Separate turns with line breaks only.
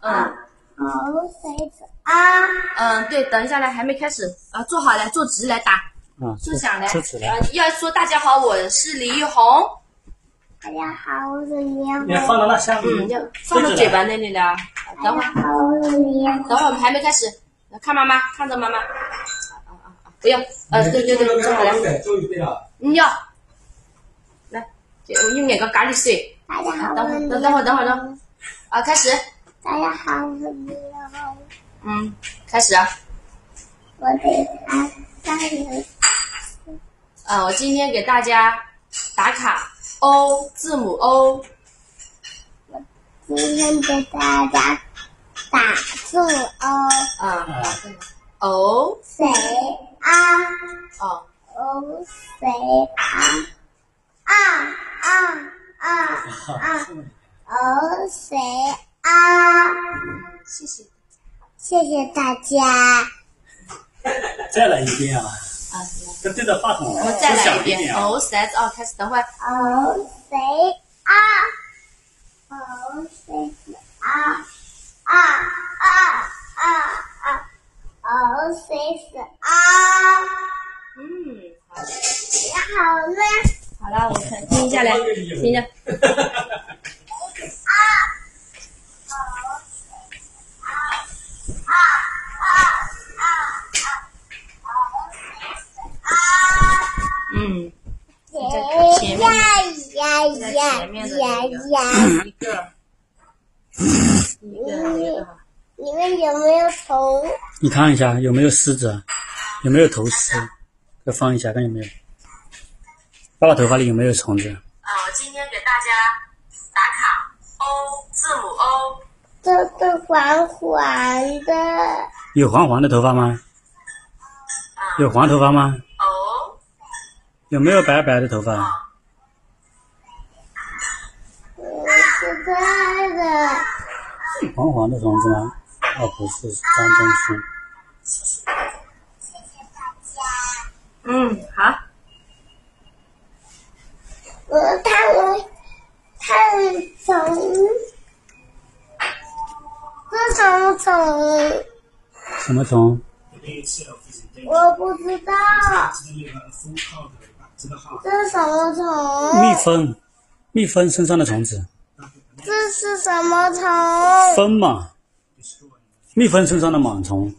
嗯
毛谁子啊？
嗯，对，等一下来，还没开始啊，坐好来，坐直来打，
啊，
坐响来，
车子
啊
来。
要说大家好，我是李玉红，
大家好，我是李彦
你
宏。
放到那下面，
嗯，要放到嘴巴那里了，等会儿
大家好，我是李彦宏。
等会儿我们还没开始，看妈妈，看着妈妈，啊啊啊啊，不要，呃，对对对，坐好来，你要，来，给我用两个咖喱碎，
大家好，
等
我
会儿
是李
等等会儿等会儿等会儿啊，开始，
大家好，我是李彦宏。
嗯，开始啊。
我给他加油。
呃，我今天给大家打卡 O 字母 O，
今天给大家打字哦，
啊、o
谁啊？
哦，
哦，谁啊？啊啊啊啊！哦，谁啊？
谢谢
谢谢大家。
再来一遍啊！
啊，
要对着话筒
我
来，
们再来一
就响
遍
啊！
O 三哦，开始，等会儿
哦，谁啊？哦，谁啊？啊啊啊啊！哦，谁是啊？
嗯，好
你好嘞。
好了，我看听一下来，听着，嗯，
呀呀
在
呀
前面的
呀
那个
呀！
一个，一个，一个哈，
你们有没有头？
你看一下有没有虱子，啊？有没有头虱？再放一下，看有没有。爸爸头发里有没有虫子？
啊，我今天给大家打卡 O 字母哦 O，
都是黄黄的，
有黄黄的头发吗？
啊
有黄头发吗？
O
有没有白白的头发？
嗯是这呃的。
黄黄的虫子吗？哦，不是，是脏东西。
嗯，好，
我看我看从，自从从
什么虫？
我不知道，这什么
哦
蜜
虫？
蜂，蜜蜂身上的虫子，
这是什么虫？
蜂嘛，蜜蜂身上的螨虫。